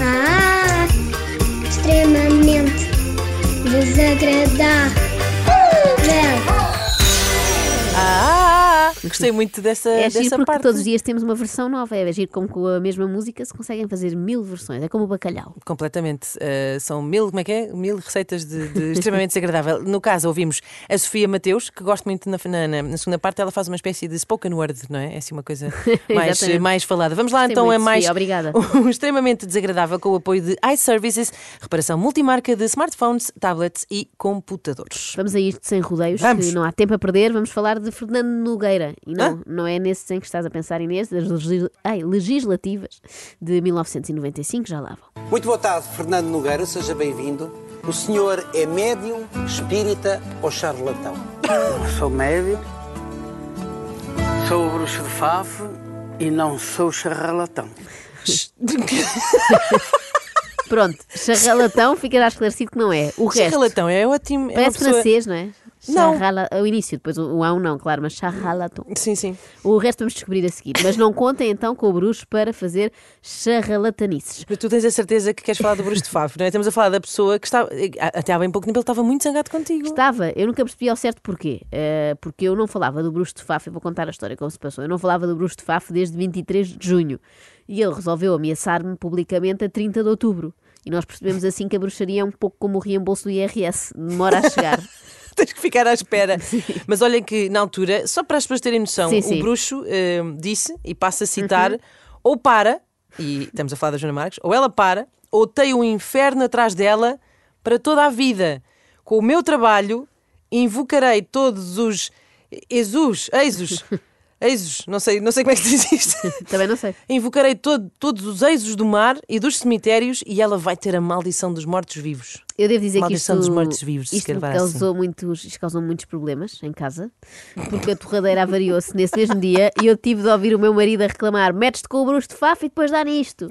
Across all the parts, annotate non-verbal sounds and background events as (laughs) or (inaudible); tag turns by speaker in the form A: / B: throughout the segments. A: Ah, extremamente desagradável.
B: Ah, gostei muito dessa,
C: É giro
B: Eh, dessa
C: porque
B: parte.
C: todos os dias temos uma versão nova. É giro como com a mesma música se conseguem fazer mil versões. É como o bacalhau.
B: Completamente. Uh, são mil, como é que é? Mil receitas de, de (laughs) extremamente desagradável. No caso, ouvimos a Sofia Mateus, que gosto muito na, na- na- na segunda parte, ela faz uma espécie de spoken word, não é? É assim uma
C: (laughs)
B: coisa mais,
C: Exatamente.
B: mais falada. Vamos lá
C: Gostei
B: então a
C: muito,
B: mais
C: Sofia, obrigada.
B: (laughs) um extremamente desagradável com o apoio de iServices, reparação multimarca de smartphones, tablets e computadores.
C: (laughs)
B: (laughs)
C: Vamos a isto sem rodeios,
B: Vamos.
C: que não há tempo a perder. Vamos falar de Fernando Nogueira. E não, não é nesse em que estás a pensar, Inês, das legis- ai, legislativas de 1995, já lá vão.
D: Muito boa tarde, Fernando Nogueira, seja bem-vindo. O senhor é médium, espírita ou charlatão?
E: Sou médico, sou o bruxo de Fafo e não sou charlatão.
C: Pronto,
B: (laughs)
C: charralatão ficará esclarecido que não é. O resto.
B: Charlatão é ótimo. é uma
C: Parece
B: pessoa-
C: francês, não é?
B: Não.
C: Charrala- O início, depois o o ão não, claro, mas charralatão.
B: Sim, sim.
C: O resto vamos descobrir a seguir. Mas não contem então com o bruxo para fazer charlatanices.
B: Mas tu tens a certeza que queres falar do Bruxo de Favo, não é? Estamos a falar da pessoa que estava. Até há bem pouco tempo ele estava muito zangado contigo.
C: Estava, eu nunca percebi ao certo porquê. Eh, porque eu não falava do Bruxo de Fafo, eu vou contar a história como se passou. Eu não falava do Bruxo de Fafo desde 23 de junho. E ele resolveu ameaçar-me publicamente a 30 de outubro. E nós percebemos assim que a bruxaria é um pouco como o reembolso do IRS demora a chegar.
B: (laughs) Tens que ficar à
C: (laughs)
B: espera. Mas olhem que, na altura, só para as pessoas terem noção,
C: Sim, Uhum.
B: o
C: sim.
B: bruxo eh, disse, e passa a citar, ou para, e estamos a falar da Joana Marques, ou ela para, ou tem o inferno atrás dela para toda a vida. Com o meu trabalho, invocarei todos os exus, exus, exus, não sei, não sei como é que se diz isto.
C: Também não sei.
B: Invocarei todo- todos os eixos do mar e dos cemitérios e ela vai ter a maldição dos mortos-vivos.
C: Eu devo dizer que isto,
B: Maldição dos mortos-vivos, se
C: isto me
B: escrevar
C: causou muitos, isto causou muitos problemas em casa, porque a torradeira avariou-se nesse mesmo dia e eu tive de ouvir o meu marido a reclamar: metes-te com o bruxo de fafo e depois dá nisto,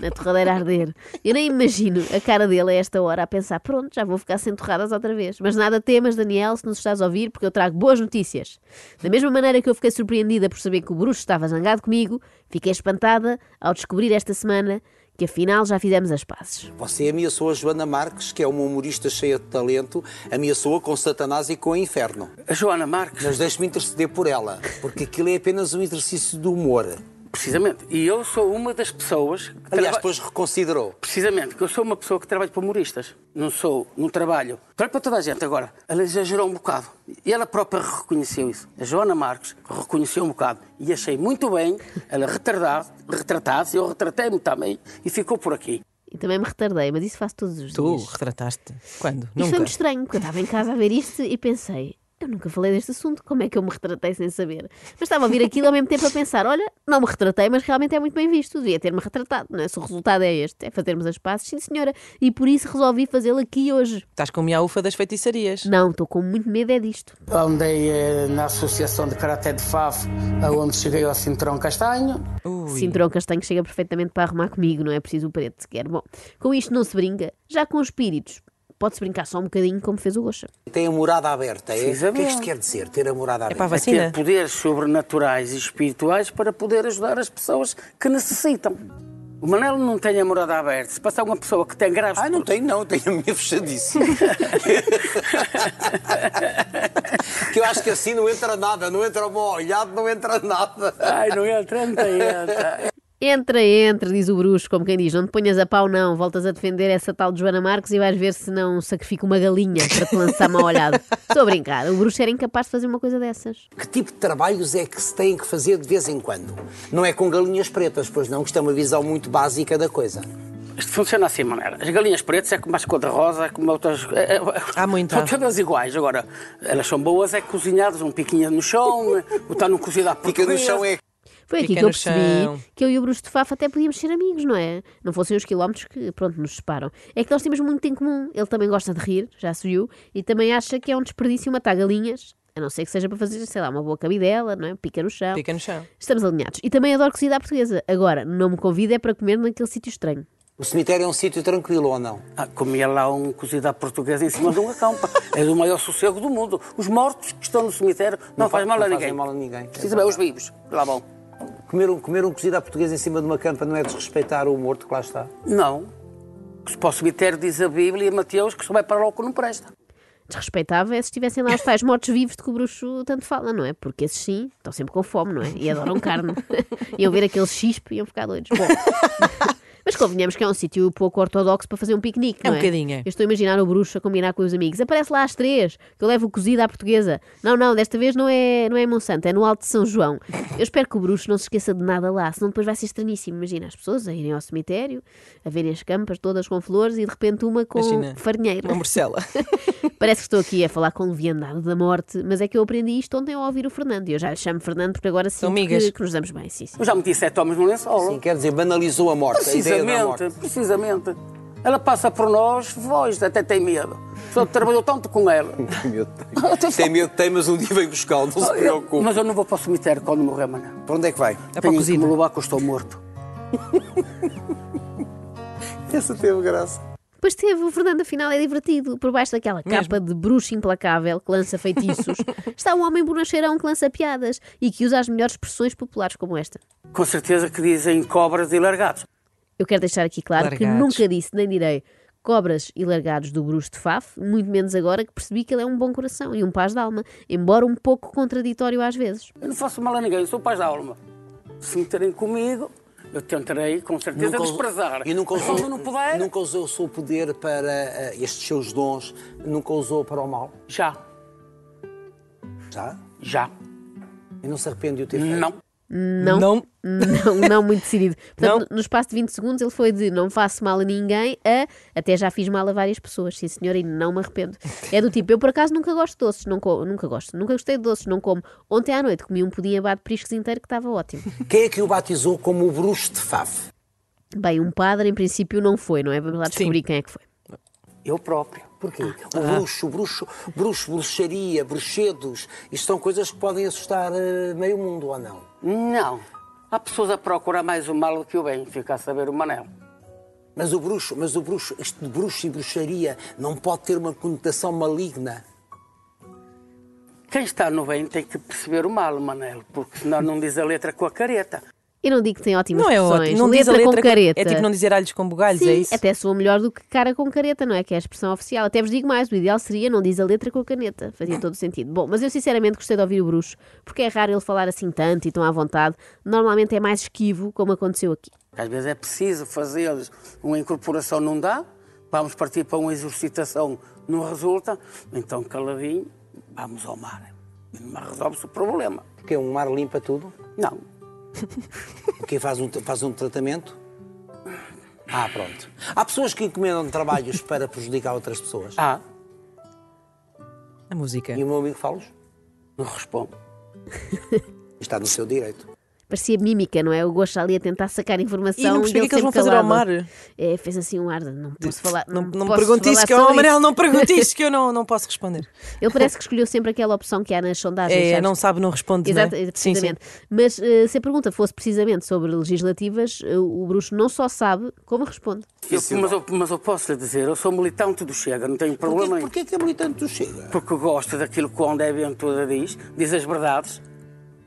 C: na torradeira a arder. Eu nem imagino a cara dele a esta hora a pensar: pronto, já vou ficar sem torradas outra vez. Mas nada temas, Daniel, se nos estás a ouvir, porque eu trago boas notícias. Da mesma maneira que eu fiquei surpreendida por saber que o bruxo estava zangado comigo, fiquei espantada ao descobrir esta semana que afinal já fizemos as pazes.
D: Você ameaçou a Joana Marques, que é uma humorista cheia de talento, ameaçou-a com Satanás e com o Inferno.
E: A Joana Marques,
D: Mas deixe-me interceder por ela, porque aquilo é apenas um exercício de humor.
E: precisamente, e eu sou uma das pessoas que
D: Aliás,
E: traba-
D: depois reconsiderou.
E: Precisamente, que eu sou uma pessoa que trabalha para humoristas. Não sou, não trabalho. Trabalho para toda a gente agora. Ela exagerou um bocado. E ela própria reconheceu isso. A Joana Marques reconheceu um bocado. E achei muito bem ela retardar, retratar-se. Eu retratei-me também e ficou por aqui.
C: E também me retardei, mas isso faço todos os
B: Tu
C: dias.
B: retrataste? Quando?
C: Isto foi
B: Nunca.
C: muito estranho, porque eu estava em casa a ver isto e pensei, eu nunca falei deste assunto, como é que eu me retratei sem saber? Mas estava a ouvir aquilo ao mesmo tempo a pensar, olha, não me retratei, mas realmente é muito bem visto, devia ter-me retratado, não é? Se o resultado é este, é fazermos as pazes, sim senhora, e por isso resolvi fazê-lo aqui hoje.
B: Estás com a miaufa das feitiçarias.
C: Não, estou com muito medo é disto.
E: Andei eh, na Associação de Karaté de Faf, onde cheguei ao cinturão castanho.
B: Ui.
C: Cinturão castanho chega perfeitamente para arrumar comigo, não é preciso o preto sequer. Bom, com isto não se brinca, já com espíritos, pode-se brincar só um bocadinho como fez o Goxa.
D: Tem a morada aberta, é?
E: Precisa
D: O que é que
E: ver.
D: isto quer dizer, ter a morada
B: É para a
D: aberta?
E: Ter
B: vacina.
E: poderes sobrenaturais e espirituais para poder ajudar as pessoas que necessitam. O Manel não tem a morada aberta. Se passar uma pessoa que tem graves
D: Ah, não tenho não, tenho a minha (laughs) fechadíssima. que eu acho que assim não entra nada, não entra bom olhado, não entra nada.
E: Ai, não entra, não tem, entra.
C: Entra, entra, diz o bruxo, como quem diz, não te ponhas a pau não, voltas a defender essa tal de Joana Marques e vais ver se não sacrifica uma galinha para te lançar mal
B: (laughs)
C: olhado. Estou a brincar, o bruxo era incapaz de fazer uma coisa dessas.
D: Que tipo de trabalhos é que se têm que fazer de vez em quando? Não é com galinhas pretas, pois não, que isto é uma visão muito básica da coisa.
E: Isto funciona assim, Manel. As galinhas pretas é como as cor-de-rosa, é como outras. é- é-
B: Há muito,
D: Tá.
E: São
B: há.
E: todas iguais. Agora,
D: (laughs)
E: elas são boas, é cozinhadas, um piquinho no chão, botar num cozido à
D: Fica no
E: portuguesa.
D: chão é
C: Foi aqui
B: Fica
C: que eu
B: no
C: percebi
B: chão.
C: que eu e o Bruxo de Fafa até podíamos ser amigos, não é? Não fossem os quilómetros que, pronto, nos separam. É que nós temos muito em comum. Ele também gosta de rir, já se viu, e também acha que é um desperdício matar galinhas, a não ser que seja para fazer, sei lá, uma boa cabidela, não é? Pica no chão.
B: Fica no chão.
C: Estamos alinhados. E também adoro cozida à portuguesa. Agora, não me convida é para comer naquele sítio estranho.
D: O cemitério é um sítio tranquilo ou não?
E: Ah, comia lá um cozido à portuguesa em cima de uma campa. É do maior sossego do mundo. Os mortos que estão no cemitério não, faz mal
D: não
E: a ninguém.
D: Fazem mal a ninguém.
E: Precisa bem, os vivos. Lá vão.
D: Comer um, comer um cozido à portuguesa em cima de uma campa não é desrespeitar o morto que lá está?
E: Não. Que Se para o cemitério diz a Bíblia e Mateus que se vai para lá o que não presta.
C: Desrespeitável é se estivessem lá os tais mortos-vivos de que o bruxo tanto fala, não é? Porque esses sim estão sempre com fome, não é? E adoram carne.
B: (laughs)
C: iam ver aquele chispe e iam ficar doidos. Bom, mas convenhamos que é um sítio pouco ortodoxo para fazer um piquenique,
B: É
C: não
B: um
C: é?
B: bocadinho, é.
C: Eu estou a imaginar o bruxo a combinar com os amigos. Aparece lá às três, que eu levo o cozido à portuguesa. Não, não, desta vez não é, não é em Monsanto, é no Alto de São João. Eu espero que o bruxo não se esqueça de nada lá, senão depois vai ser estranhíssimo. Imagina as pessoas a irem ao cemitério, a verem as campas todas com flores e de repente uma com
B: Imagina.
C: farinheira.
B: Uma
C: (laughs)
B: morcela.
C: Parece que estou aqui a falar com leviandade da morte, mas é que eu aprendi isto ontem ao ouvir o Fernando. E eu já lhe chamo Fernando porque agora sim
B: amigas.
C: que, que nos damos bem. Sim, sim.
E: (laughs) Eu já meti sete homens no lençol.
D: Sim, quer dizer, banalizou a morte, a ideia da
E: Precisamente,
D: morte.
E: precisamente. Ela passa por nós, voz, até tem medo. Só trabalhou tanto com ela.
D: Tem medo,
E: (laughs)
D: tem. tem medo, tem, mas um dia vem buscá-lo, não se preocupe.
E: Mas eu não vou para o cemitério quando morrer, mané.
D: Para onde é que vai?
B: É para a
E: Tenho que
B: cozinha.
E: me levar que eu estou morto.
D: Essa teve graça.
C: Pois teve, o Fernando afinal é divertido. Por baixo daquela capa de bruxo implacável que lança feitiços, está um homem bonacheirão que lança piadas e que usa as melhores expressões populares como esta.
E: Com certeza que dizem cobras e largados.
C: Eu quero deixar aqui claro que
B: Largados.
C: nunca disse nem direi cobras e largados do bruxo de Faf, muito menos agora que percebi que ele é um bom coração e um paz de alma, embora um pouco contraditório às vezes.
E: Eu não faço mal a ninguém, eu sou paz da alma. Se meterem comigo, eu tentarei com certeza desprezar.
D: E nunca
E: Mas
D: usou,
E: quando eu não puder,
D: nunca usou o seu poder para eh, estes seus dons, nunca usou para o mal,
E: já,
D: já?
E: já,
D: E não se arrepende de o ter feito?
E: não.
C: Não.
B: Não.
C: Não, não muito decidido. Portanto, no espaço de 20 segundos ele foi de não faço mal a ninguém a até já fiz mal a várias pessoas, sim senhor, e não me arrependo. É do tipo, eu por acaso nunca gosto de doces, não co- nunca gosto, nunca gostei de doces, não como. Ontem à noite comi um pudim abado de priscos inteiro que
B: (laughs)
C: estava ótimo.
D: Quem é que o batizou como o bruxo de Faf?
C: Bem, um padre em princípio não foi, não é? Vamos lá descobrir quem é que foi.
E: Eu próprio.
D: Porquê? Ah, O bruxo, bruxo, bruxo, bruxaria, bruxedos, isto são coisas que podem assustar eh, meio mundo ou não?
E: Não. Há pessoas a procurar mais o mal do que o bem, fica a saber o Manel.
D: Mas o bruxo, mas o bruxo, isto de bruxo e bruxaria não pode ter uma conotação maligna.
E: Quem está no bem tem que perceber o mal, Manel, porque senão não diz a letra com a careta.
C: Eu não digo que tem ótimas
B: Não é
C: expressões.
B: ótimo. Não
C: letra
B: diz a letra.
C: com careta.
B: É tipo não dizer alhos com bugalhos,
C: Sim,
B: é isso?
C: até soa melhor do que cara com careta, não é? Que é a expressão oficial. Até vos digo mais, o ideal seria não diz a letra com a caneta. Fazia todo o sentido. Bom, mas eu sinceramente gostei de ouvir o bruxo, porque é raro ele falar assim tanto e tão à vontade. Normalmente é mais esquivo, como aconteceu aqui.
E: Às vezes é preciso fazer uma incorporação, não dá. Vamos partir para uma exercitação, não resulta. Então, caladinho, vamos ao mar. Mas resolve-se o problema.
D: Porque um mar limpa tudo.
E: Não.
D: Quem faz um, faz um tratamento? Ah, pronto. Há pessoas que encomendam trabalhos (laughs) para prejudicar outras pessoas.
E: Ah,
B: A
E: é.
B: música.
D: E o meu amigo fala-os.
E: não respondo.
D: Está no seu direito.
C: Parecia mímica, não é? O gosto ali a tentar sacar informação.
B: E não percebi o
C: ele
B: que é que eles vão
C: sempre
B: fazer ao
C: calado.
B: mar.
C: É, fez assim um ar de não posso falar.
B: Não, não me
C: posso
B: pergunte
C: falar
B: isso, que eu,
C: sobre
B: Amarelo,
C: isso.
B: não pergunte
C: (laughs)
B: isso, que eu não, não posso responder.
C: Ele parece que escolheu sempre aquela opção que há nas sondagens.
B: É,
C: sabes?
B: não sabe, não responde. não é?
C: Exato,
B: Sim, sim.
C: precisamente. Mas eh, se a pergunta fosse precisamente sobre legislativas, eh, o bruxo não só sabe, como responde.
E: Eu- mas,
D: é?
E: eu, mas eu posso lhe dizer, eu sou militante do Chega, não tenho
D: Porquê,
E: problema nenhum.
D: porquê que é militante do Chega?
E: Porque gosto daquilo que o André Ventura diz, diz as verdades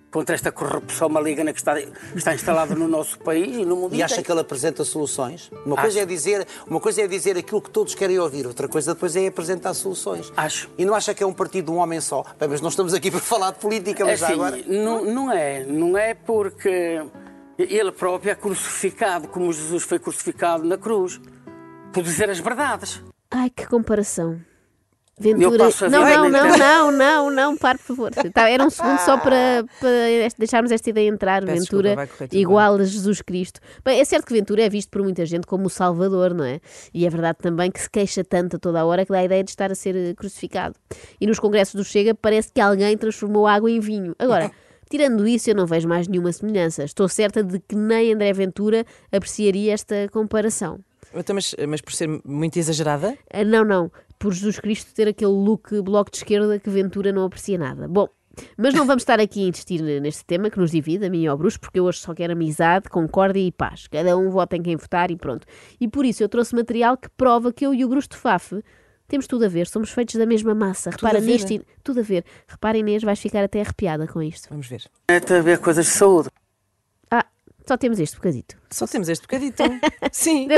E: contra esta corrupção maligna que está, está instalada no nosso país e no mundo
D: E acha
E: inteiro.
D: que ele apresenta soluções? Uma coisa, é dizer, uma coisa é dizer aquilo que todos querem ouvir, outra coisa depois é apresentar soluções.
E: Acho.
D: E não acha que é um partido de um homem só? Bem, mas nós estamos aqui para (laughs) falar de política,
E: É
D: mas já
E: assim,
D: agora.
E: não, não é, não é porque ele próprio é crucificado, como Jesus foi crucificado na cruz, por dizer as verdades.
C: Ai, que comparação. Ventura.
E: passo a
C: Não,
E: vida
C: não,
E: na
C: não,
E: internet.
C: não, não, não, pare,
B: (laughs)
C: por favor. Tá, era um segundo só para, para este- deixarmos esta ideia entrar.
B: Peço
C: Ventura
B: desculpa, vai correr tudo
C: igual a Jesus Cristo. Bem, é certo que Ventura é visto por muita gente como o Salvador, não é? E é verdade também que se queixa tanto a toda a hora que dá a ideia de estar
B: (laughs)
C: a ser eh, crucificado. E nos congressos do Chega parece que alguém transformou água em vinho. Agora. Tirando isso, eu não vejo mais nenhuma semelhança. Estou certa de que nem André Ventura apreciaria esta comparação.
B: Então, Mas, mas por ser muito exagerada,
C: Ah, Não, não. Por Jesus Cristo ter aquele look bloco de esquerda que Ventura não aprecia nada. Bom, mas não vamos estar aqui a insistir ne- neste tema que nos divide, a mim e ao Bruxo, porque eu hoje só quero amizade, concórdia e paz. Cada um vota em quem votar e pronto. E por isso eu trouxe material que prova que eu e o Bruxo de Faf temos tudo a ver, somos feitos da mesma massa. Repara
B: a ver, é?
C: nisto e... Tudo a ver. Repara, Inês, vais ficar até arrepiada com isto.
B: vamos ver.
E: É ter a ver coisas de saúde.
C: Ah, só temos este bocadito.
B: Só temos este
C: (laughs)
B: bocadito. Sim.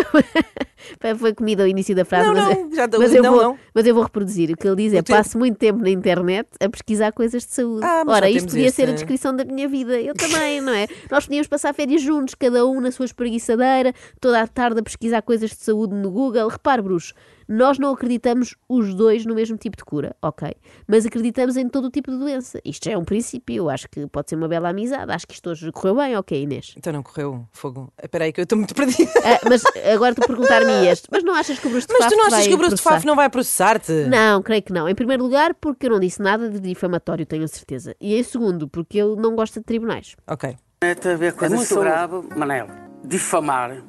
C: Pá, Foi comida ao início da frase,
B: Não,
C: mas,
B: não, já tô-
C: mas eu
B: não,
C: vou,
B: não.
C: mas eu vou reproduzir. O que ele diz é:
B: teu-
C: passo muito tempo na internet a pesquisar coisas de saúde.
B: Ah, mas
C: Ora,
B: já
C: isto
B: temos
C: podia ser a
B: esta.
C: descrição da minha vida. Eu também, não é? Nós podíamos passar férias juntos, cada um na sua espreguiçadeira, toda a tarde a pesquisar coisas de saúde no Google. Repare, Bruxo, nós não acreditamos os dois no mesmo tipo de cura, ok? Mas acreditamos em todo o tipo de doença. Isto já é um princípio, eu acho que pode ser uma bela amizade. Acho que isto hoje correu bem, ok, Inês?
B: Então não correu fogo. Espera aí que eu estou muito (laughs) perdida.
C: Ah, mas agora tu perguntar-me este. Mas não achas que o Bruce de
B: Ah. Mas
C: Faf
B: tu não
C: te vai
B: achas que o Bruce de
C: processar?
B: Faf não vai processar-te?
C: Não, creio que não. Em primeiro lugar, porque eu não disse nada de difamatório, tenho a certeza. E em segundo, porque ele não gosta de tribunais.
B: Ok.
E: É ter a ver coisas
D: muito
E: de saúde. grave, Manel. Difamar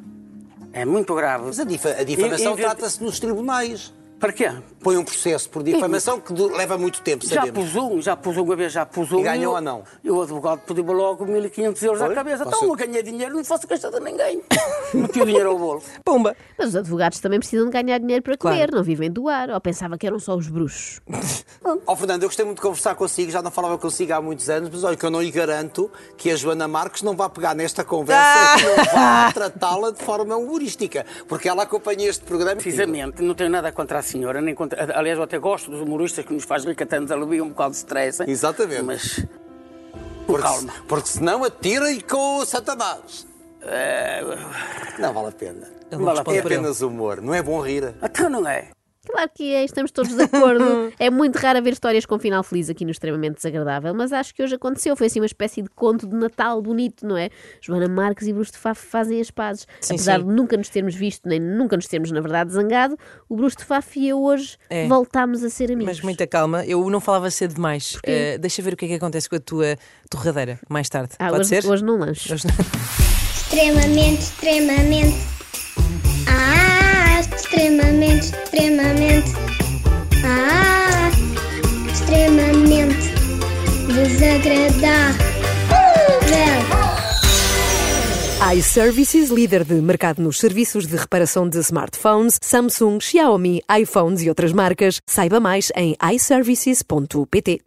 E: é muito grave.
D: Mas a, difa- a difamação
E: Eu- eu-
D: trata-se nos tribunais.
E: Para quê?
D: Põe um processo por difamação que du- leva muito tempo,
E: Já
D: sabemos.
E: pus um, já pus um, uma vez já pus um.
D: E ganhou
E: eu-
D: ou não?
E: E o advogado pediu-me logo 1.500 euros à
D: Foi?
E: cabeça.
D: Você-
E: Então eu ganhei dinheiro, não faço gastar
D: (laughs)
E: de ninguém. Meti o dinheiro ao bolo.
B: Pumba.
C: Mas os advogados também precisam de ganhar dinheiro para
B: Claro.
C: comer, não vivem do ar. Ou pensava que eram só os bruxos.
D: Ó Fernando, eu gostei muito de conversar consigo, já não falava consigo há muitos anos, mas olha que eu não lhe garanto que a Joana Marques não vá pegar nesta conversa e não
E: Ah!
D: vá
E: (laughs)
D: tratá-la de forma humorística, porque ela acompanha este programa.
E: Precisamente, não tenho nada contra a senhora, nem contra. Aliás, eu até gosto dos humoristas que nos faz rir, que até nos aliviam um bocado de stress. hein?
D: Exatamente.
E: Mas.
D: Porque,
E: Calma.
D: porque senão atira-lhe com o Satanás. Não vale a pena.
B: Ele não
E: Eh, Vale a
B: responde
D: É
B: por ele.
D: apenas humor, não é bom rir.
E: Até não é.
C: Claro que é, estamos todos
B: (laughs)
C: de acordo. é muito raro haver histórias com final feliz aqui no Extremamente Desagradável, mas acho que hoje aconteceu. Foi assim uma espécie de conto de Natal bonito, não é? Joana Marques e Bruce de Faf fazem as pazes.
B: Sim,
C: Apesar
B: sim.
C: de nunca nos termos visto, nem nunca nos termos, na verdade, zangado, o Bruce de Faf e eu hoje
B: É.
C: voltámos a ser amigos.
B: Mas muita calma, eu não falava cedo demais. Eh, deixa ver o que é que acontece com a tua torradeira mais tarde.
C: Ah,
B: Pode
C: hoje,
B: ser?
C: hoje não lanche.
B: Hoje não.
A: extremamente, extremamente. Ah, extremamente, extremamente. Ah, extremamente desagradável.
F: iServices, líder de mercado nos serviços de reparação de smartphones, Samsung, Xiaomi, iPhones e outras marcas. Saiba mais em iServices.pt.